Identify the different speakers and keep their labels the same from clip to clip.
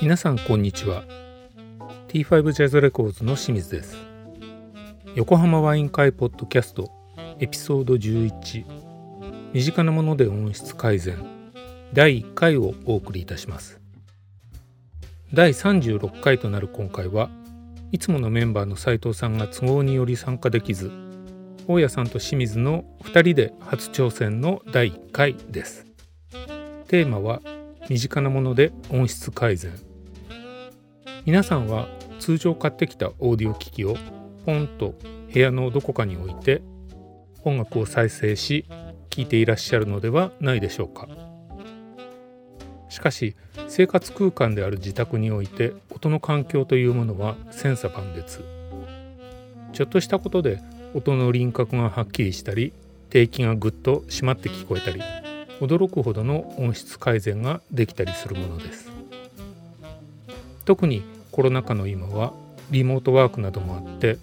Speaker 1: 皆さんこんにちは T5 ジャズレコーズの清水です横浜ワイン会ポッドキャストエピソード11身近なもので音質改善第1回をお送りいたします第36回となる今回はいつものメンバーの斉藤さんが都合により参加できず大家さんと清水の2人で初挑戦の第1回ですテーマは身近なもので音質改善皆さんは通常買ってきたオーディオ機器をポンと部屋のどこかに置いて音楽を再生し聴いていらっしゃるのではないでしょうかしかし生活空間である自宅において音の環境というものは千差万別ちょっとしたことで音の輪郭がはっきりしたり低域がぐっと締まって聞こえたり驚くほどの音質改善ができたりするものです特にコロナ禍の今はリモートワークなどもあって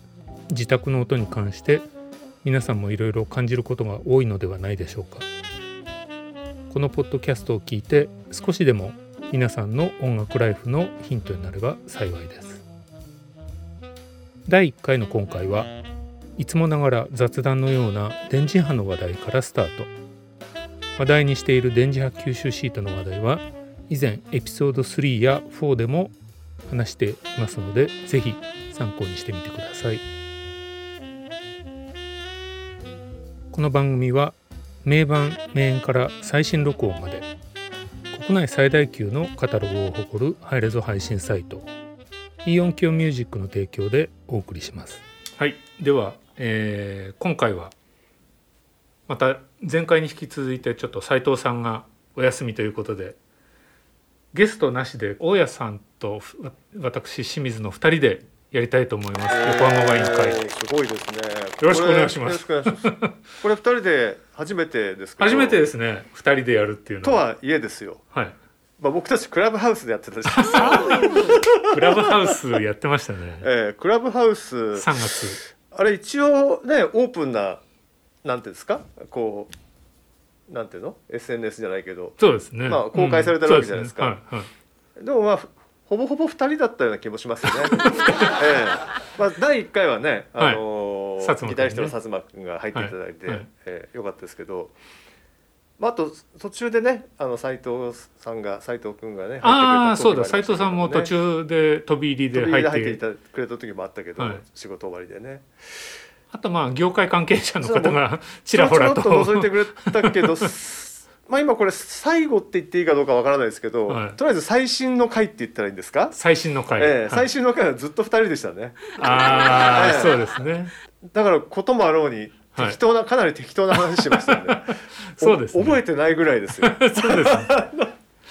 Speaker 1: 自宅の音に関して皆さんもいろいろ感じることが多いのではないでしょうかこのポッドキャストを聞いて少しでも皆さんの音楽ライフのヒントになれば幸いです第1回の今回はいつもながら雑談のような電磁波の話題からスタート話題にしている電磁波吸収シートの話題は以前エピソード3や4でも話していますのでぜひ参考にしてみてくださいこの番組は名盤名演から最新録音まで国内最大級のカタログを誇るハイレゾ配信サイトイオンキオミュージックの提供でお送りしますはいでは、えー今回はまた前回に引き続いてちょっと斉藤さんがお休みということでゲストなしで大家さんとふわ私清水の2人でやりたいと思います横浜ワイン
Speaker 2: え
Speaker 1: 会
Speaker 2: ーすごいですね。
Speaker 1: よろしくお願いします
Speaker 2: これよろしくお願いしますこれ二人で初めてですけど。。
Speaker 1: 初めてですすね2人でやるっていうの
Speaker 2: とはいえですよ。
Speaker 1: はい
Speaker 2: まあ僕たちクラブハウスでやってたじゃないですか。
Speaker 1: クラブハウスやってましたね
Speaker 2: えークラブハウス
Speaker 1: 3月
Speaker 2: あれ一応ねオープンななんていうんですかこうなんていうの SNS じゃないけど
Speaker 1: そうですね、
Speaker 2: まあ公開されてるわけじゃないですか
Speaker 1: うんそうねはいはい
Speaker 2: でもまあふほぼほぼ二人だったような気も しますよね。ええまあ第一回はね、あの
Speaker 1: はい
Speaker 2: ー
Speaker 1: 薩摩君ね
Speaker 2: ギタリストの薩摩君が入っていただいて、
Speaker 1: はいはい
Speaker 2: ええよかったですけど、まあ、あと途中でね、あの斉藤さんが斉藤君がね、
Speaker 1: ああ
Speaker 2: 入
Speaker 1: そうだ
Speaker 2: ってくれた時もりました
Speaker 1: 斉
Speaker 2: けど
Speaker 1: 藤さんも途
Speaker 2: ね
Speaker 1: 中で飛び入りで
Speaker 2: 飛び入
Speaker 1: 入
Speaker 2: り
Speaker 1: っ
Speaker 2: で
Speaker 1: て
Speaker 2: 入っていたくれた時もあったけど、
Speaker 1: はい
Speaker 2: 仕事終わりでね。
Speaker 1: あとまあ業界関係者の方が ちらほらと
Speaker 2: ちょろっと覗いてくれたけど。すまあ今これ最後って言っていいかどうかわからないですけ ど、
Speaker 1: はい
Speaker 2: とりあえず最新の回って言ったらいいんですか、
Speaker 1: 最新の回、
Speaker 2: ええ
Speaker 1: はい
Speaker 2: 最新の回はずっと二人でしたね
Speaker 1: ああ、
Speaker 2: ええ
Speaker 1: そうですね。
Speaker 2: だからこともあろうに
Speaker 1: はい
Speaker 2: 適当な、かなり適当な話しましたよね
Speaker 1: そうですね
Speaker 2: お覚えてないぐらいですよ
Speaker 1: そうですね。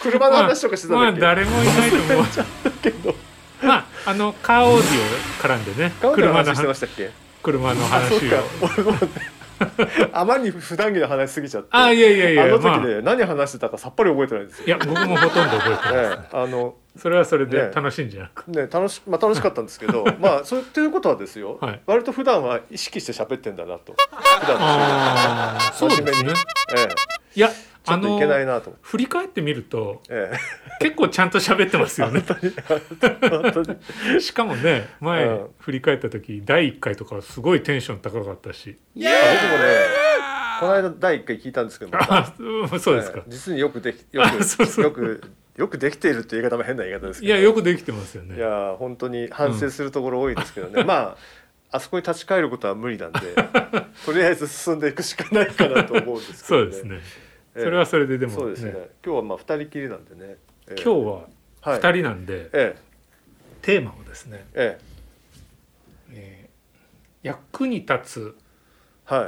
Speaker 2: 車の 話とかしてた
Speaker 1: まあ、まあ
Speaker 2: んだっ
Speaker 1: 誰もいないと 思う。まあ、あのカーオーディオ絡んでね、
Speaker 2: け、車
Speaker 1: 車
Speaker 2: の
Speaker 1: の
Speaker 2: 話してましたっけ
Speaker 1: 車の
Speaker 2: あそっ
Speaker 1: 話を
Speaker 2: か。俺も あまりに普段着の話しすぎちゃって
Speaker 1: ああ、いやいやいや、
Speaker 2: あの時
Speaker 1: まあ、い
Speaker 2: で何話してたかさっぱり覚えてない んですよ、
Speaker 1: や、僕もほとんど覚えてない。
Speaker 2: ええあの
Speaker 1: それはそれで
Speaker 2: ね
Speaker 1: 楽しいんじゃなく。
Speaker 2: ね楽しまあ、楽しかったんですけ どまあそうということはですよ、
Speaker 1: はい
Speaker 2: 割と普段は意識して喋ってんだなと普段の
Speaker 1: ああ、そうですね。
Speaker 2: ええ
Speaker 1: いや、
Speaker 2: ちょ
Speaker 1: あ
Speaker 2: っといけない
Speaker 1: の。
Speaker 2: なと思って、
Speaker 1: 振り返ってみると
Speaker 2: ええ
Speaker 1: 結構ちゃんと喋ってますよねしかもね前、
Speaker 2: うん
Speaker 1: 振り返った時第1回とかすごいテンション高かったし
Speaker 2: あ僕もねこの間第1回聞いたんですけど
Speaker 1: あうん そうですか、
Speaker 2: ええ実によくできよ
Speaker 1: あ
Speaker 2: く
Speaker 1: そうそう
Speaker 2: よくよくできているっていう言い方も変な言い方ですけ
Speaker 1: い
Speaker 2: ど
Speaker 1: やよくできてますよ
Speaker 2: い
Speaker 1: ね。
Speaker 2: や本当に反省するところ多いですけどね、まああそこに立ち返ることは無 理なんでとりあえず進んでいくしかないかなと思うんですけ
Speaker 1: そ
Speaker 2: ど、
Speaker 1: うですね。それはそれででも、
Speaker 2: そうですね今日はまあ2人きりなんでね、ええ
Speaker 1: 今日は
Speaker 2: はい
Speaker 1: 二人なんで、
Speaker 2: え
Speaker 1: テーマをですね、
Speaker 2: ええ
Speaker 1: えー役に立つ
Speaker 2: えは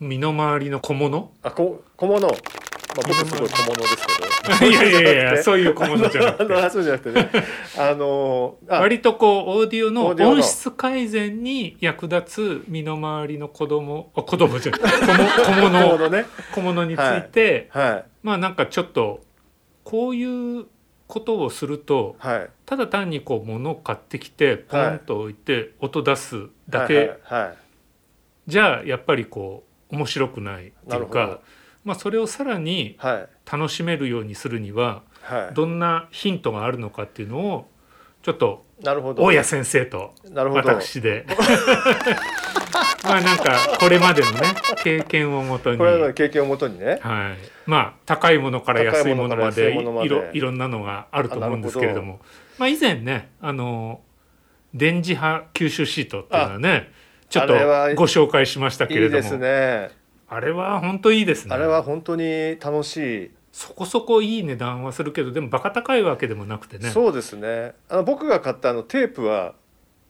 Speaker 2: い
Speaker 1: 身の回りの小物
Speaker 2: あこ小物、まあ、僕すごい小物ですけ
Speaker 1: い やいやいやそういう小物じゃなく
Speaker 2: どあ
Speaker 1: て
Speaker 2: のそうじゃなくてね あのあ
Speaker 1: 割とこうオーディオの
Speaker 2: オーディオの
Speaker 1: 音質改善に役立つ身の回りの子供あ子供 じゃない小物小
Speaker 2: 小
Speaker 1: 物
Speaker 2: 物ね
Speaker 1: 小物について、
Speaker 2: はい
Speaker 1: まあなんかちょっとこういうことをすると
Speaker 2: はい
Speaker 1: ただ単にこう物を買ってきてポンと置いて音出すだけ、
Speaker 2: はいはい
Speaker 1: じゃあやっぱりこう面白くないって
Speaker 2: ないる
Speaker 1: う
Speaker 2: ほ
Speaker 1: か
Speaker 2: ど、
Speaker 1: まあ、それをさらに
Speaker 2: はい
Speaker 1: 楽しめるようにするには
Speaker 2: は
Speaker 1: どんなヒントがあるのかっていうのをちょっと
Speaker 2: いなるほど
Speaker 1: 大家先生と
Speaker 2: なるほど
Speaker 1: 私でまあなんかこれまでのね経験をもとに
Speaker 2: これらの経験をもとにね
Speaker 1: はい、まあ高いものから安いものま
Speaker 2: 高
Speaker 1: で
Speaker 2: いものから安
Speaker 1: い
Speaker 2: いものまで
Speaker 1: ろいろんなのがあると思うんですけれどもまあ、以前ねあの電磁波吸収シートっていうのはねちょっと
Speaker 2: あれは
Speaker 1: ご紹介しましたけ
Speaker 2: い
Speaker 1: れ
Speaker 2: い
Speaker 1: ど
Speaker 2: で
Speaker 1: も
Speaker 2: すね
Speaker 1: あれは本当いいですね
Speaker 2: あれは本当に楽しい
Speaker 1: そこそこいい値段はするけどでもバカ高いわけでもなくてね
Speaker 2: そうですねあの僕が買ったあのテープは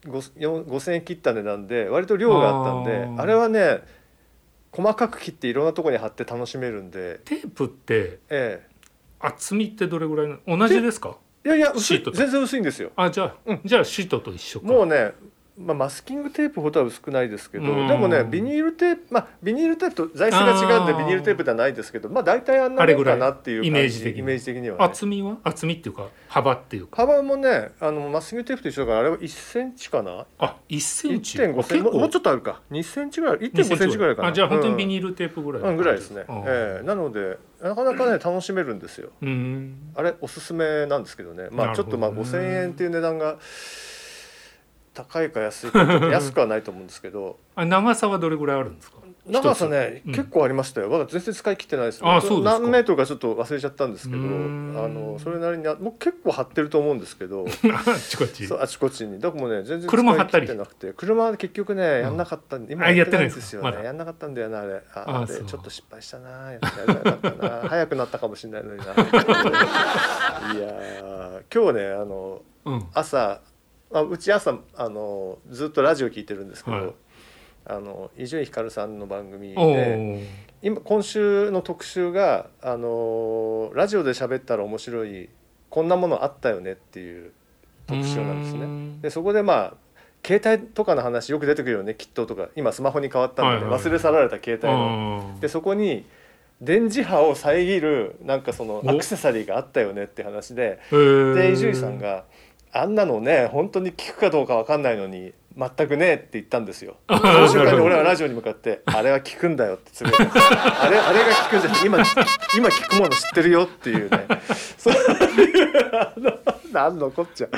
Speaker 2: 5 4 5,000円切った値段で割と量があったんで
Speaker 1: あー
Speaker 2: あれはね細かく切っていろんなところに貼って楽しめるんで、
Speaker 1: テープって
Speaker 2: え
Speaker 1: 厚みってどれぐらいなの同じですか
Speaker 2: え、いやいや薄
Speaker 1: シー
Speaker 2: い
Speaker 1: トと
Speaker 2: 全然薄いんですよ
Speaker 1: あじゃあ、じゃあシートと一緒か
Speaker 2: もうね、まあ、マスキングテープほどは薄くないですけど
Speaker 1: うん
Speaker 2: でもねビニールテープまあビニールテープと材質が違うんで
Speaker 1: あー
Speaker 2: ビニールテープではないですけどまあ大体あんな
Speaker 1: あれ
Speaker 2: も
Speaker 1: ぐ
Speaker 2: ん
Speaker 1: らい
Speaker 2: かなっていう感じ
Speaker 1: イメージ的に
Speaker 2: イメージ的には、ね、
Speaker 1: 厚みは厚みっていうか幅っていうか
Speaker 2: 幅もねあのマスキングテープと一緒だからあれは1センチかな
Speaker 1: あ1センチ
Speaker 2: 1.5センチもうもうちょっとあるか2センチぐらい1.5センチぐらいかな
Speaker 1: あじゃあ本当に
Speaker 2: うん
Speaker 1: ビニールテープぐらいの
Speaker 2: うんぐらいですね、
Speaker 1: うん
Speaker 2: ええなのでなかなかね楽しめるんですよ
Speaker 1: うん
Speaker 2: あれおすすめなんですけどねま
Speaker 1: な
Speaker 2: あち
Speaker 1: る
Speaker 2: ょっ
Speaker 1: ほ
Speaker 2: と
Speaker 1: ど
Speaker 2: まあ5,000円っていう値段が高いか安いかちょっと安くはないと思うんですけど
Speaker 1: あ長さはどれぐらいあるんですか
Speaker 2: 長さね、
Speaker 1: うん
Speaker 2: 結構ありましたよまだ全然使い切ってないです
Speaker 1: あそうですか
Speaker 2: 何メートルかちょっと忘れちゃったんですけど
Speaker 1: う
Speaker 2: あ
Speaker 1: ーん
Speaker 2: のそれなりにあもう結構張ってると思うんですけ
Speaker 1: あ
Speaker 2: ど
Speaker 1: っちこっち
Speaker 2: そうあちこちにどこもね全然
Speaker 1: 車貼
Speaker 2: 使
Speaker 1: ったり
Speaker 2: い切ってなくて車は結局ねやんなかったんで、
Speaker 1: あ
Speaker 2: 今
Speaker 1: や
Speaker 2: や
Speaker 1: っ
Speaker 2: ってて
Speaker 1: な
Speaker 2: ないい
Speaker 1: ん
Speaker 2: ん
Speaker 1: ですか
Speaker 2: ですよ
Speaker 1: ま
Speaker 2: ね
Speaker 1: だ
Speaker 2: やんなかったんだよなあれ
Speaker 1: あ
Speaker 2: ああれ
Speaker 1: そう
Speaker 2: ちょっと失敗したなやってやればよ かったな早くなったかもしれないのにないやー今日ねあの
Speaker 1: うん
Speaker 2: 朝、まあ、うち朝あのずっとラジオ聞いてるんですけど、
Speaker 1: はい
Speaker 2: あの伊集院光さんの番組
Speaker 1: お
Speaker 2: で
Speaker 1: ー
Speaker 2: 今今週の特集があのラジオで喋ったら面白いこんなものあったよねっていう特集なんです
Speaker 1: うー
Speaker 2: ね。
Speaker 1: ん
Speaker 2: でそこでまあ携帯とかの話よく出てくるよねきっととか今スマホに変わったので、
Speaker 1: はいはいはい
Speaker 2: 忘れ去られた携帯の。
Speaker 1: あー
Speaker 2: でそこに電磁波を遮るなんかその
Speaker 1: お
Speaker 2: アクセサリーがあったよねって話で
Speaker 1: へー
Speaker 2: で伊集院さんが「あんなのね本当に聞くかどうかわかんないのに全くね」って言ったんです よ。その瞬間に俺はラジオに向かって「あれは聞くんだよ」ってつぶやいた あれあれが聞くんじゃない今今聞くもの知ってるよっていうねそう いうあのなんのこっちゃ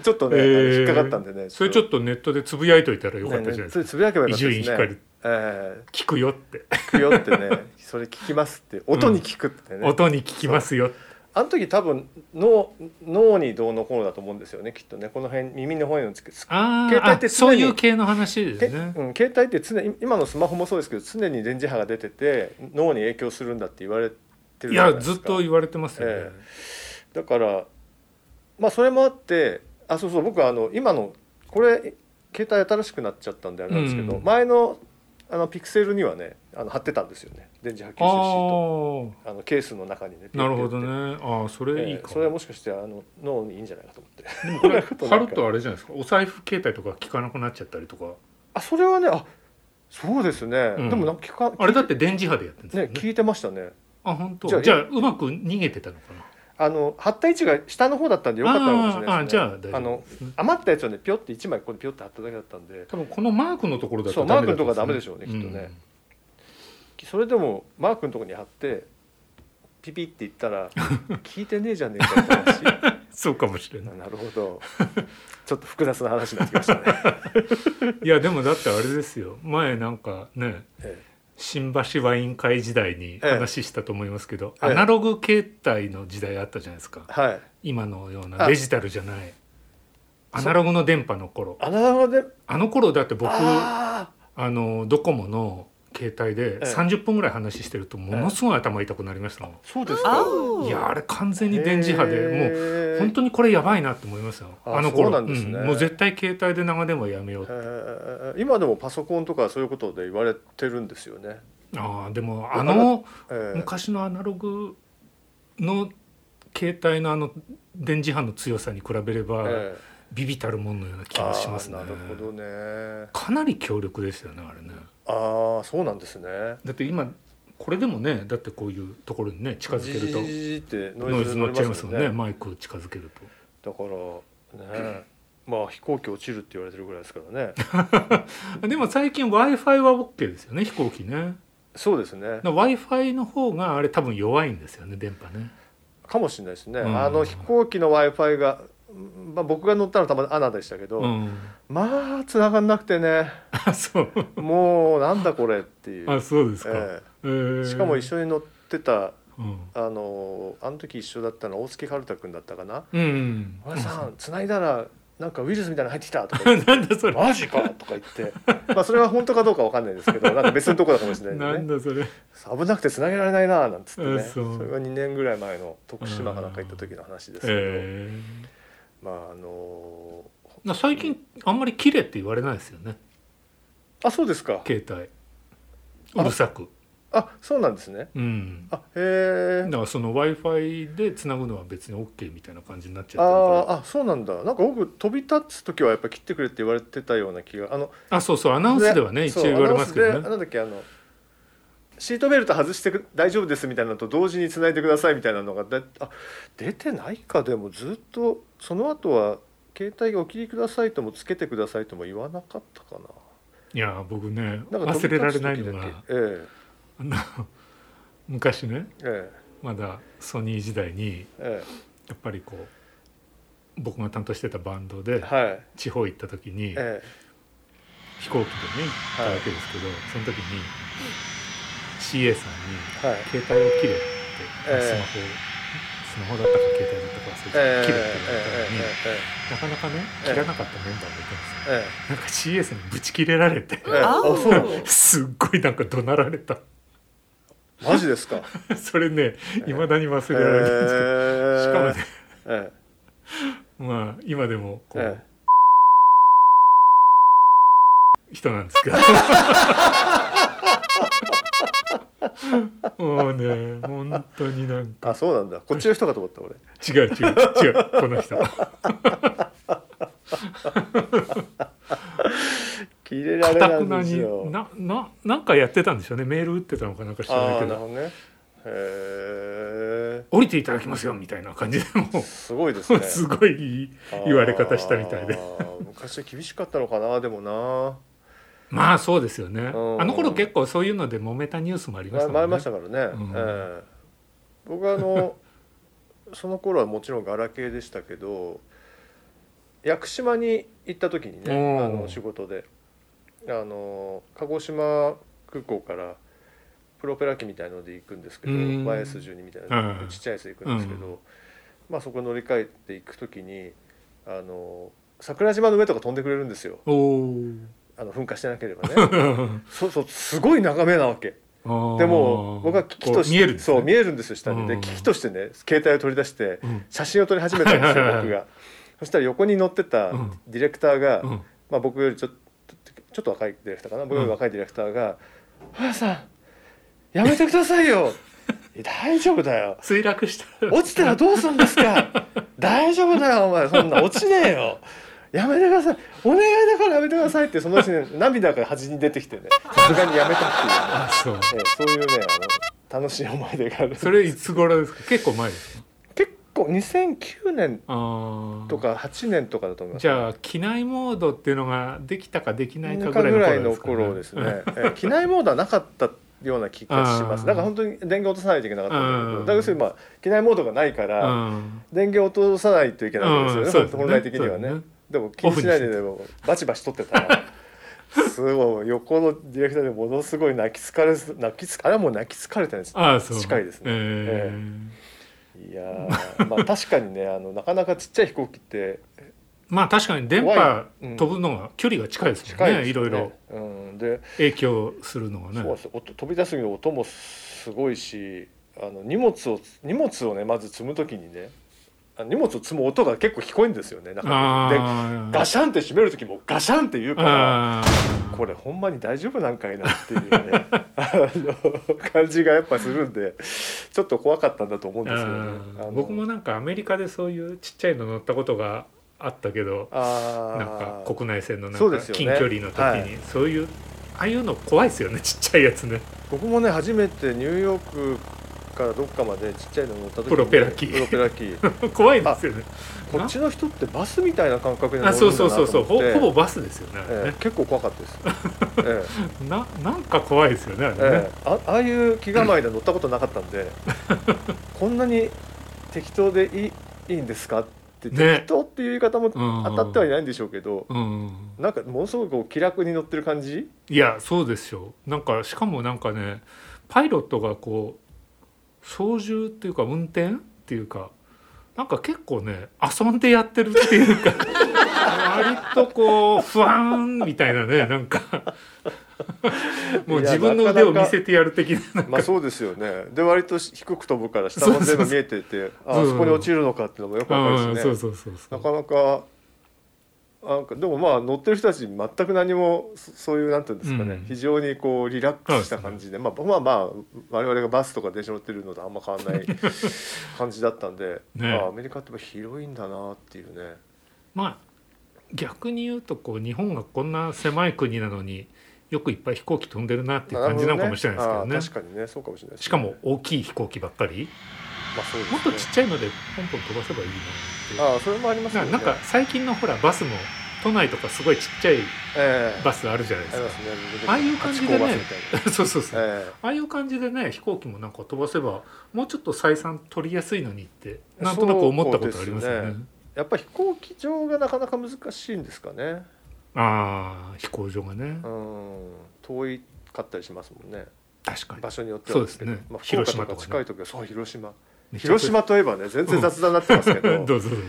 Speaker 2: ちょっとね、あの
Speaker 1: へー
Speaker 2: 引っかかったんでね
Speaker 1: それちょ
Speaker 2: と
Speaker 1: っとネットでつぶやいといたらよかったじゃないで
Speaker 2: ね
Speaker 1: す
Speaker 2: ねそ
Speaker 1: か
Speaker 2: れつぶやけばよかったで
Speaker 1: 伊
Speaker 2: す
Speaker 1: 集院光
Speaker 2: ね。え
Speaker 1: 聞くよって
Speaker 2: ー聞くよってねそれ聞きますって音に聞くってね、
Speaker 1: 音に聞きますよ
Speaker 2: あの時多分脳脳にどうのこうのだと思うんですよねきっとねこの辺耳の方にのつけつ
Speaker 1: あー
Speaker 2: 携帯って常
Speaker 1: あ
Speaker 2: に
Speaker 1: そういう系の話で
Speaker 2: け
Speaker 1: すね
Speaker 2: うん、携帯って常に今のスマホもそうですけど常に電磁波が出てて脳に影響するんだって言われてる
Speaker 1: い
Speaker 2: じゃな
Speaker 1: や
Speaker 2: ですか
Speaker 1: ずっと言われてますよね
Speaker 2: えだからまあそれもあってあそうそう僕はあの今のこれ携帯新しくなっちゃったんであれなんですけ
Speaker 1: う
Speaker 2: ど、
Speaker 1: ん
Speaker 2: 前のあのピクセルにはねあの貼ってたんですよね電磁波吸収シー
Speaker 1: ああ
Speaker 2: ト
Speaker 1: ー
Speaker 2: あのケースの中にねピッて
Speaker 1: なるほど
Speaker 2: やって
Speaker 1: ねああそれいい
Speaker 2: え
Speaker 1: か
Speaker 2: え
Speaker 1: も
Speaker 2: それはもしかしてあの脳にいいんじゃないかと思って
Speaker 1: でもこれ
Speaker 2: そんなことな
Speaker 1: 貼
Speaker 2: いか
Speaker 1: るとあれじゃないですかお財布携帯とか聞かなくなっちゃったりとか
Speaker 2: あそれはねあそうですね、
Speaker 1: うん
Speaker 2: でもなんか聞か
Speaker 1: あれだって電磁波でやってるんです
Speaker 2: ね
Speaker 1: よね
Speaker 2: 聞いてましたね
Speaker 1: あ本当じ
Speaker 2: じ
Speaker 1: ゃ
Speaker 2: ゃ
Speaker 1: あ
Speaker 2: あ
Speaker 1: うまく逃げてたのかな
Speaker 2: あの貼った位置が下の方だったんでよかったのかもしれないですね
Speaker 1: あーあーじゃあ大丈夫
Speaker 2: あの余ったやつをねピョって1枚ここにピョって貼っただけだったんで
Speaker 1: 多分このマークのところだ
Speaker 2: そ
Speaker 1: と
Speaker 2: う
Speaker 1: ダメだ
Speaker 2: マークのとこはダメでしょうねきっとねそれでもマークのとこに貼ってピピって言っ たら聞いてねえじゃねえかって話
Speaker 1: うんそうかもしれない
Speaker 2: なるほどちょっと複雑な話になってきました ね、
Speaker 1: いやでもだってあれですよ前なんかね
Speaker 2: え
Speaker 1: 新橋ワイン会時代に
Speaker 2: ええ
Speaker 1: 話したと思いますけど、
Speaker 2: ええ
Speaker 1: アナログ携帯の時代あったじゃないですか
Speaker 2: えはい
Speaker 1: 今のような
Speaker 2: あ
Speaker 1: デジタルじゃないアナログの電波の頃
Speaker 2: アナログで
Speaker 1: あの頃だって僕
Speaker 2: あ
Speaker 1: あのドコモの携帯で
Speaker 2: ええ
Speaker 1: 30分ぐらい話してるとものすごい頭痛くなりましたも
Speaker 2: ーそうです
Speaker 3: あ
Speaker 2: か
Speaker 1: ん、いやあれ完全に電磁波でもう
Speaker 2: う
Speaker 1: 本当にこれやばいなって思いますよ
Speaker 2: あ
Speaker 1: あの頃
Speaker 2: そうなんですね
Speaker 1: もう絶対携帯で長電話やめようって
Speaker 2: えー今でもパソコンとかそういうことで言われてるんですよね。
Speaker 1: ああでもあ
Speaker 2: あ
Speaker 1: の
Speaker 2: えー
Speaker 1: 昔のアナログの携帯のあの電磁波の強さに比べれば、
Speaker 2: え
Speaker 1: ビビたるもんのような気
Speaker 2: ー
Speaker 1: がしますね
Speaker 2: あーなるほどね。
Speaker 1: かなり強力ですよねあれね
Speaker 2: ああそうなんですね。
Speaker 1: だって今これでもねだってこういうところにね近づけると
Speaker 2: ジジジジってノ
Speaker 1: ノ
Speaker 2: イ
Speaker 1: イ
Speaker 2: ズ
Speaker 1: ズ
Speaker 2: 乗
Speaker 1: 乗
Speaker 2: り
Speaker 1: っ
Speaker 2: ま
Speaker 1: ち
Speaker 2: す
Speaker 1: ゃ
Speaker 2: よ
Speaker 1: い
Speaker 2: ね
Speaker 1: ますもんねマイクを近づけると
Speaker 2: だからねまあ飛行機落ちるって言われてるぐらいですからね
Speaker 1: あでも最近 w i f i は OK ですよね飛行機ね
Speaker 2: そうですね
Speaker 1: w i f i の方があれ多分弱いんですよね電波ね
Speaker 2: かもしれないですね、
Speaker 1: うん
Speaker 2: あの飛行機の w i f i が、まあ、僕が乗ったのはたまたまアナでしたけど、
Speaker 1: うん
Speaker 2: まあ繋がんなくてね
Speaker 1: あそう
Speaker 2: もうなんだこれっていう、
Speaker 1: あそうですか、
Speaker 2: え
Speaker 1: え
Speaker 2: え
Speaker 1: ー
Speaker 2: しかも一緒に乗ってた
Speaker 1: うん、
Speaker 2: あのあの時一緒だったの大月春太くんだったかな
Speaker 1: うん
Speaker 2: 「お、やじさん繋いだらなんかウイルスみたいなの入ってきた」とか言っ
Speaker 1: うん、
Speaker 2: て
Speaker 1: なんだそ
Speaker 2: 「
Speaker 1: れ
Speaker 2: マジか!」とか言ってまあそれは本当かどうかわかんないですけ どなんか別のとこだかもしれな
Speaker 1: ない
Speaker 2: ん
Speaker 1: ん
Speaker 2: でね
Speaker 1: だそれ
Speaker 2: 危なくて繋げられないななんつって
Speaker 1: う
Speaker 2: ね
Speaker 1: ん
Speaker 2: そ
Speaker 1: そう
Speaker 2: れが2年ぐらい前の徳島かなんか行った時の話ですけど、
Speaker 1: え
Speaker 2: まああの
Speaker 1: ー、な最近あんまり綺麗って言われないですよね
Speaker 2: あそうですか
Speaker 1: 携帯うるさく
Speaker 2: あそうなんですね
Speaker 1: うん
Speaker 2: あへえ
Speaker 1: だからその w i f i でつなぐのは別に OK みたいな感じになっち
Speaker 2: あ
Speaker 1: ゃってるか
Speaker 2: ーあそうなんだなんか僕飛び立つ時はやっぱ切ってくれって言われてたような気があの
Speaker 1: らあそうそうアナウンスではね一応言われますけ
Speaker 2: そうア
Speaker 1: ど
Speaker 2: ナウンス
Speaker 1: ね
Speaker 2: でなんだっけあのシートベルト外してく大丈夫ですみたいなのと同時に繋いでくださいみたいなのがだあ出てないかでもずっとその後は携帯がお切りくださいともつけてくださいとも言わなかったか
Speaker 1: いやー僕ね
Speaker 2: ななんか
Speaker 1: 忘れられないのが
Speaker 2: 飛び立つ時だけ
Speaker 1: あの 昔ね
Speaker 2: ええ
Speaker 1: まだソニー時代に
Speaker 2: え
Speaker 1: やっぱりこう僕が担当してたバンドで
Speaker 2: えはい
Speaker 1: 地方行った時に
Speaker 2: え
Speaker 1: 飛行機でね行ったわけですけど、その時に CA さんに「
Speaker 2: えはい
Speaker 1: 携帯を切れ」って、
Speaker 2: ええ
Speaker 1: スマホスマホだったか携帯だったか忘れて、
Speaker 2: ええええええ
Speaker 1: 切れって言われたのに、なかなかね
Speaker 2: ええ
Speaker 1: 切らなかったメンバーがいたんですよ、
Speaker 2: えええ
Speaker 1: なんか CA さんにブチ切れられて
Speaker 2: えええあそうなの
Speaker 1: すっごいなんか怒鳴られた
Speaker 2: マジですか
Speaker 1: それねいまだに忘
Speaker 2: え
Speaker 1: れられないんですけど、しかもね
Speaker 2: ええ
Speaker 1: まあ今でもこう、
Speaker 2: え
Speaker 1: 人なんですけど。 もうね本当になん
Speaker 2: あ
Speaker 1: か
Speaker 2: そうなんだこっちの人かと思った俺
Speaker 1: 違う違う違うこの人
Speaker 2: 切れら
Speaker 1: か
Speaker 2: れ
Speaker 1: たくな
Speaker 2: な
Speaker 1: い
Speaker 2: んです
Speaker 1: に
Speaker 2: よ
Speaker 1: なななんかやってたんでしょうねメール打ってたのかなんか知らな
Speaker 2: あ
Speaker 1: い
Speaker 2: あ
Speaker 1: け
Speaker 2: ーなる
Speaker 1: ど
Speaker 2: ほどねへえ
Speaker 1: 降りていただきますよみたいな感じでも
Speaker 2: すごいです
Speaker 1: う
Speaker 2: ね
Speaker 1: すごい言われ方したみたいで
Speaker 2: あー昔は厳しかったのかなでもな
Speaker 1: まあそうですよねあ
Speaker 2: ん
Speaker 1: の頃結構そういうので揉めたニュースもありました
Speaker 2: 前
Speaker 1: もんね
Speaker 2: 前ましたからね、
Speaker 1: うん
Speaker 2: ええ僕はあの その頃はもちろんガラケーでしたけど屋久島に行った時にね
Speaker 1: おー
Speaker 2: あの仕事であの鹿児島空港からプロペラ機みたいので行くんですけど
Speaker 1: うん
Speaker 2: YS12 みたいな
Speaker 1: うん
Speaker 2: ちっちゃいやつで行くんですけど、
Speaker 1: う
Speaker 2: まあ、そこ乗り換えて行く時にあの桜島の上とか飛んでくれるんですよ
Speaker 1: おお
Speaker 2: あの噴火してなければね そうそうすごい眺めなわけ。 で
Speaker 1: で
Speaker 2: も僕は危機として
Speaker 1: 見えるんですね
Speaker 2: そう見えるんですよ下にで
Speaker 1: うん
Speaker 2: 危機としてね携帯を取り出して
Speaker 1: うん
Speaker 2: 写真を撮り始めたんです よ
Speaker 1: はいはいはい
Speaker 2: 僕がそしたら横に乗ってた
Speaker 1: うん
Speaker 2: ディレクターが、
Speaker 1: うん
Speaker 2: まあ、僕よりちょっとちょっと若いディレクターかな僕より若いディレクターが「原、さんやめてくださいよ え大丈夫だよ
Speaker 1: 墜落したら
Speaker 2: 落ちたらどうするんで すか大丈夫だよお前そんな落ちねえよやめてくださいお願いだからやめてください」ってそのうちね涙が端に出てきてねさすがにやめたっていうね。
Speaker 1: あそう
Speaker 2: ええそういうねあの楽しい思い出がある
Speaker 1: それいつ頃ですか結構前ですか
Speaker 2: 結構2009年
Speaker 1: ああ
Speaker 2: とか8年とかだと思います
Speaker 1: じゃあ機内モードっていうのができたかできないか
Speaker 2: なん
Speaker 1: ぐ
Speaker 2: から
Speaker 1: い
Speaker 2: ぐ
Speaker 1: の
Speaker 2: らい
Speaker 1: 頃
Speaker 2: の
Speaker 1: ですか、ね、
Speaker 2: 頃ですね、ええ機内モードはなかったような気がしま
Speaker 1: あ
Speaker 2: す
Speaker 1: ー
Speaker 2: だから本当に電源落とさないといけなかったんだけど
Speaker 1: うん
Speaker 2: だから要するにまあ機内モードがないか
Speaker 1: う
Speaker 2: ら、
Speaker 1: ん
Speaker 2: 電源落とさないといけないわけですよね、
Speaker 1: うんそうですね
Speaker 2: 本来的に
Speaker 1: そ
Speaker 2: はね
Speaker 1: うですね
Speaker 2: でも気にしないででもバチバチ撮ってたらすごい横のディレクターでものすごい泣き疲れす泣き疲れあれはもう泣き疲れてるんです
Speaker 1: ああそう
Speaker 2: 近いですね
Speaker 1: ええ
Speaker 2: いやーまあ確かにねあのなかなかちっちゃい飛行機って
Speaker 1: まあ確かに電波
Speaker 2: 怖いうん
Speaker 1: 飛ぶのが距離が近いですも
Speaker 2: 近
Speaker 1: ん
Speaker 2: い
Speaker 1: ね,、
Speaker 2: ですよね
Speaker 1: いろいろ、
Speaker 2: うん、で、
Speaker 1: 影響するのが
Speaker 2: そうなん
Speaker 1: ね
Speaker 2: ですよ音飛び出す時の音もすごいしあの荷物を荷物をねまず積む時にねあ荷物を積む音が結構聞こえるんですよねなんか
Speaker 1: あ
Speaker 2: で
Speaker 1: あ
Speaker 2: ガシャンって閉める時もガシャンって言うから
Speaker 1: ああ
Speaker 2: これほんまに大丈夫なんかいなっていう ねあの感じがやっぱするんでちょっと怖かったんだと思うんですよね
Speaker 1: あ
Speaker 2: あ
Speaker 1: あ
Speaker 2: の。
Speaker 1: 僕もなんかアメリカでそういうちっちゃいの乗ったことがあったけど
Speaker 2: あー
Speaker 1: なんか国内線のなん
Speaker 2: そうで
Speaker 1: か
Speaker 2: すよね
Speaker 1: 近距離の時にそう,、いうああいうの怖いですよねちっちゃいやつね
Speaker 2: 僕もね初めてニューヨークからどっかまでちっちゃいの乗った時に
Speaker 1: プロペラ機
Speaker 2: プロペラ機
Speaker 1: 怖いですよね
Speaker 2: こっちの人ってバスみたいな感覚で乗
Speaker 1: あ
Speaker 2: るんだな
Speaker 1: そうそうそうそう
Speaker 2: と思
Speaker 1: ほ
Speaker 2: って
Speaker 1: ほぼバスですよねあれ
Speaker 2: え
Speaker 1: ね
Speaker 2: え結構怖かった です、え
Speaker 1: ななんか怖いですよねあれ
Speaker 2: え
Speaker 1: ね、
Speaker 2: ええあああいう気構えで乗ったことなかったん でこんなに適当でいいいいんですかって、
Speaker 1: ね
Speaker 2: 適当っていう言い方
Speaker 1: う
Speaker 2: も
Speaker 1: ん
Speaker 2: 当たってはいないんでしょうけど、
Speaker 1: うん
Speaker 2: なんかものすごくこう気楽に乗ってる感じ
Speaker 1: いやそうですよなんかしかもなんかねパイロットがこう操縦っていうか運転っていうかなんか結構ね遊んでやってるっていうか 割とこう不安みたいなねなん かもう
Speaker 2: いや
Speaker 1: 自分の
Speaker 2: なか
Speaker 1: 腕
Speaker 2: なか
Speaker 1: を見せてやる的ななんか
Speaker 2: まあそうですよねで割と低く飛ぶから下も全部見えててあ
Speaker 1: そうそうそう
Speaker 2: そこに落ちるのかっていうのもよくわか
Speaker 1: う
Speaker 2: る
Speaker 1: ん
Speaker 2: し
Speaker 1: そう
Speaker 2: ね
Speaker 1: そうそうそ
Speaker 2: な
Speaker 1: う
Speaker 2: かなかなんかでもまあ乗ってる人たち全く何もそそういうなんていうんですかね、
Speaker 1: うん
Speaker 2: 非常にこうリラックスした感じで、まあまあまあ我々がバスとか電車乗ってるのとあんま変わ んない感じだったんで、
Speaker 1: ね
Speaker 2: ああアメリカってやっぱ広いんだなっていうね
Speaker 1: まあ逆に言うとこう日本がこんな狭い国なのによくいっぱい飛行機飛んでるなっていう感じなのかもしれないですけどね
Speaker 2: ああ確かにねそうかもしれないですね
Speaker 1: しかも大きい飛行機ばっかり
Speaker 2: まあそうです
Speaker 1: も
Speaker 2: ね
Speaker 1: っとちっちゃいのでポンポン飛ばせばいいなっ
Speaker 2: ああそれもあります
Speaker 1: て
Speaker 2: よ
Speaker 1: な
Speaker 2: ね
Speaker 1: なんか最近のほらバスも都内とかすごいちっちゃい
Speaker 2: ええ
Speaker 1: バスあるじゃないで
Speaker 2: ありますすね
Speaker 1: ああいう感じでね
Speaker 2: ハチ公バスみたいな
Speaker 1: か そうそうそう、
Speaker 2: ええ
Speaker 1: ああいう感じでね飛行機もなんか飛ばせばもうちょっと採算取りやすいのにってなんとなく思ったことありますよ
Speaker 2: そう
Speaker 1: ね
Speaker 2: ですやっぱ飛行機場がなかなか難しいんですかね。
Speaker 1: ああ飛行場がね、
Speaker 2: うん、遠いかったりしますもんね。
Speaker 1: 確かに
Speaker 2: 場所によってはけど
Speaker 1: そうですね
Speaker 2: まあ、福
Speaker 1: 広島
Speaker 2: 岡と
Speaker 1: とか
Speaker 2: か
Speaker 1: ね
Speaker 2: 近い時はそう広島。
Speaker 1: めちゃく
Speaker 2: 広
Speaker 1: ちゃ
Speaker 2: 島といえばね、全然雑談になってますけ ど、
Speaker 1: どうぞどうぞ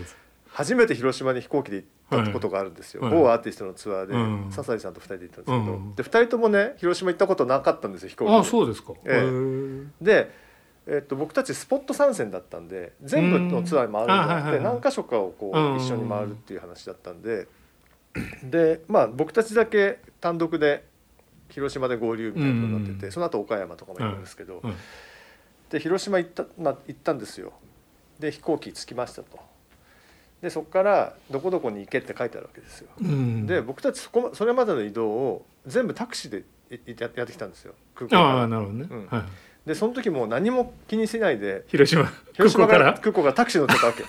Speaker 2: 初めて広島に飛行機で行ったことがあるんですよ。
Speaker 1: はい
Speaker 2: 某アーティストのツアーで、
Speaker 1: うん
Speaker 2: 笹井さんと二人で行ったんですけど、
Speaker 1: うん
Speaker 2: で二人ともね、広島行ったことなかったんですよ飛行機
Speaker 1: あ
Speaker 2: で。
Speaker 1: あそうですか、
Speaker 2: ええ
Speaker 1: へー
Speaker 2: で、えっと僕たちスポット参戦だったんで全部のツアーに回るんじゃなく
Speaker 1: うんあ
Speaker 2: て
Speaker 1: はいはいはい
Speaker 2: 何箇所かをこ
Speaker 1: うん
Speaker 2: う一緒に回るっていう話だったんででまあ僕たちだけ単独で広島で合流みたいなことになって
Speaker 1: うん
Speaker 2: てその後岡山とかも行くんですけど
Speaker 1: うん
Speaker 2: で広島行ったな行ったんですよで飛行機着きましたとでそこからどこどこに行けって書いてあるわけですよ
Speaker 1: うん、
Speaker 2: で僕たちそこまそれまでの移動を全部タクシーでいいややってきたんですよ空港
Speaker 1: あ
Speaker 2: か
Speaker 1: あ
Speaker 2: ら
Speaker 1: なるほどね、
Speaker 2: うん
Speaker 1: はい、
Speaker 2: でその時もう何も気にしないで
Speaker 1: 広島
Speaker 2: 広
Speaker 1: 空港
Speaker 2: 島か
Speaker 1: からら
Speaker 2: 空港からタクシー乗ってた わけ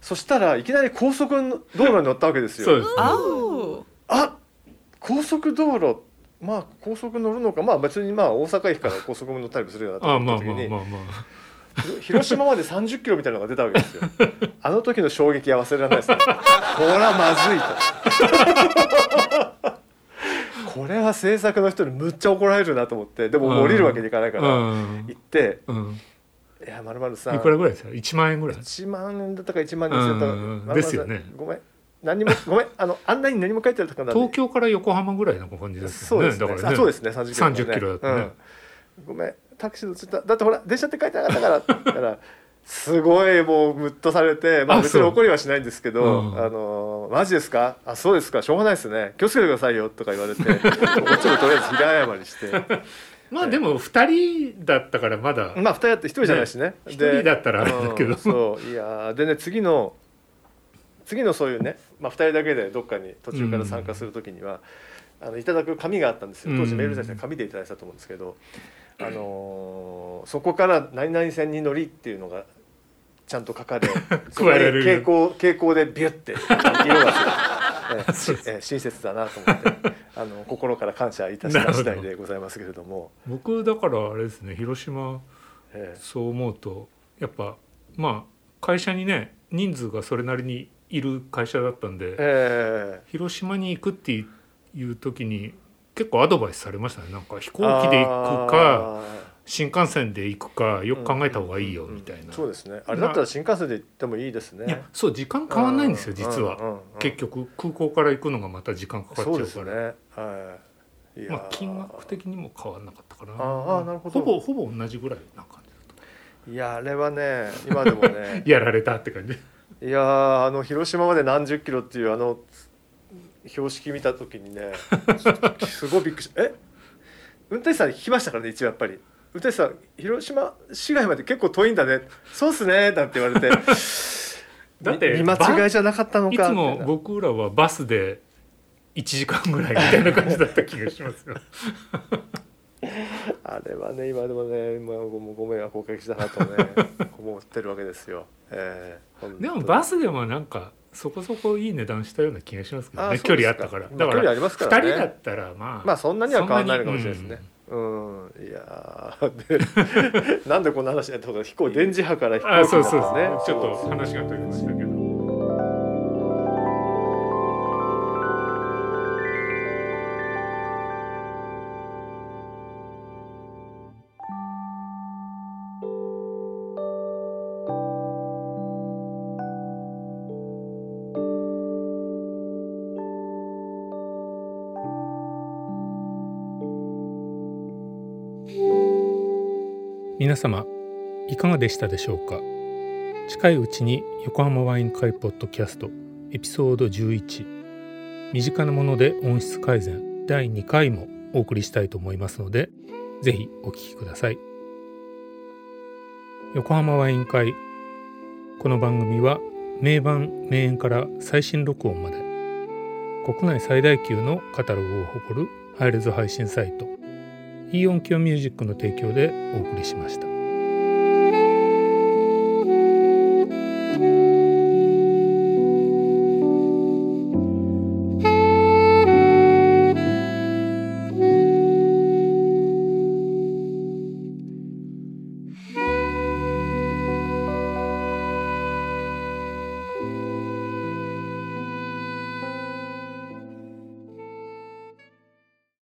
Speaker 2: そしたらいきなり高速道路に乗ったわけです
Speaker 1: そうで
Speaker 2: よ
Speaker 1: すね
Speaker 3: 青
Speaker 2: あ高速道路まあ高速乗るのかまあ別にまあ大阪駅から高速も乗ったりもするよなと
Speaker 1: ああ
Speaker 2: 思
Speaker 1: ま
Speaker 2: っ
Speaker 1: あ
Speaker 2: た時
Speaker 1: まあ
Speaker 2: に
Speaker 1: まあまあ
Speaker 2: ひ広島まで30キロみたいなのが出たわ けですよあの時の衝撃は忘れられないですねこれはま ずいとこれは制作の人にむっちゃ怒られるなと思ってでももう降りるわけにいかないから行
Speaker 1: うん
Speaker 2: って
Speaker 1: うん、
Speaker 2: 「いやまるまるさん
Speaker 1: いくらぐらいですか1万円ぐらい
Speaker 2: 1万円だったか1万2000円だったか
Speaker 1: うんうんうん
Speaker 2: まあまあ
Speaker 1: ですよね
Speaker 2: ごめん何にもごめんあの案内に何も書いてなかったんで
Speaker 1: 東京から横浜ぐらいの感じです
Speaker 2: そ
Speaker 1: よ
Speaker 2: う
Speaker 1: ね
Speaker 2: ですね
Speaker 1: だからね
Speaker 2: あそうですね30キロ,、
Speaker 1: 30キロだったね
Speaker 2: うん、ごめんタクシーのちょっとだってほら電車って書いてなかったからって言ったらすごいもうムッとされて、まあ、
Speaker 1: あ
Speaker 2: 別に
Speaker 1: そう
Speaker 2: 怒りはしないんですけど「
Speaker 1: うん
Speaker 2: あのマジですかあそうですかしょうがないですね気をつけてくださいよ」とか言われてこっちもとりあえず平謝りして
Speaker 1: まあでも2人だったからまだ、
Speaker 2: まあ2人だって1人じゃないしね
Speaker 1: 一
Speaker 2: で
Speaker 1: 人だったらあれだけど、
Speaker 2: うんそういやーでね次の次のそういうね、まあ、2人だけでどっかに途中から参加する時には、あのいただく紙があったんですよ当時メールじゃなくて紙でいただいてたと思うんですけど、あのーそこから「何々線に乗り」っていうのがちゃんと書かれそこに
Speaker 1: 加えられる
Speaker 2: 蛍光蛍光でビュッて色がつ
Speaker 1: そう
Speaker 2: い
Speaker 1: で
Speaker 2: て、ええ親切だなと思ってあの心から感謝いたし
Speaker 1: なる
Speaker 2: た
Speaker 1: ほど
Speaker 2: 次第でございますけれども。
Speaker 1: 僕だからあれですね広島
Speaker 2: ええ
Speaker 1: そう思うとやっぱまあ会社にね人数がそれなりにいる会社だったんで
Speaker 2: ええ
Speaker 1: 広島に行くっていう時に結構アドバイスされましたねなんか飛行機で行くか
Speaker 2: あー
Speaker 1: 新幹線で行くかよく考えた方がいいよみたいな、
Speaker 2: そうですねあれだったら新幹線で行ってもいいですね
Speaker 1: いやそう時間変わんないんですよ実は、
Speaker 2: うんうんうん
Speaker 1: 結局空港から行くのがまた時間かかっちゃ
Speaker 2: そう
Speaker 1: う
Speaker 2: です
Speaker 1: か
Speaker 2: ね
Speaker 1: ら
Speaker 2: はいいやー
Speaker 1: まあ、金額的にも変わらなかったから
Speaker 2: あーなるほど
Speaker 1: ぼほぼ同じぐらいな感 じだっ
Speaker 2: いやあれはね今でもね
Speaker 1: たやられたって感じ
Speaker 2: いやーあの広島まで何十キロっていうあの標識見た時 にねすごいびっくりしたえ運転手さんに聞きましたからね一応やっぱり運転手さん広島市街まで結構遠いんだねそうっすねなんて言われて
Speaker 1: だって
Speaker 2: 見見間違いじゃなかったのか
Speaker 1: いつ
Speaker 2: み
Speaker 1: も
Speaker 2: たいな
Speaker 1: 僕らはバスで1時間ぐらいみたいな感じだった気がしますよ
Speaker 2: あれはね今でもね今ごもご迷惑をおかけしたなと ね思ってるわけですよ、ええ本当 に
Speaker 1: でもバスでもなんかそこそこいい値段したような気がしますけど
Speaker 2: あ
Speaker 1: ね距離あったから
Speaker 2: そうです
Speaker 1: だ
Speaker 2: ま
Speaker 1: か
Speaker 2: あ距離
Speaker 1: ら
Speaker 2: あります
Speaker 1: 2
Speaker 2: からね
Speaker 1: 人だったらまあ
Speaker 2: まあそんなには変わらないのかもしれないですね。うん、いやーでなんでこんな話になったのか飛行電磁波から飛行機
Speaker 1: あそうそう
Speaker 2: な
Speaker 1: そ
Speaker 2: ん
Speaker 1: う
Speaker 2: ですね
Speaker 1: ちょっと話が飛びましたけど。皆様いかがでしたでしょうか近いうちに横浜ワイン会ポッドキャストエピソード11身近なもので音質改善第2回もお送りしたいと思いますのでぜひお聞きください横浜ワイン会この番組は名盤名演から最新録音まで国内最大級のカタログを誇るハイレゾ配信サイトイーオンキオミュージックの提供でお送りしました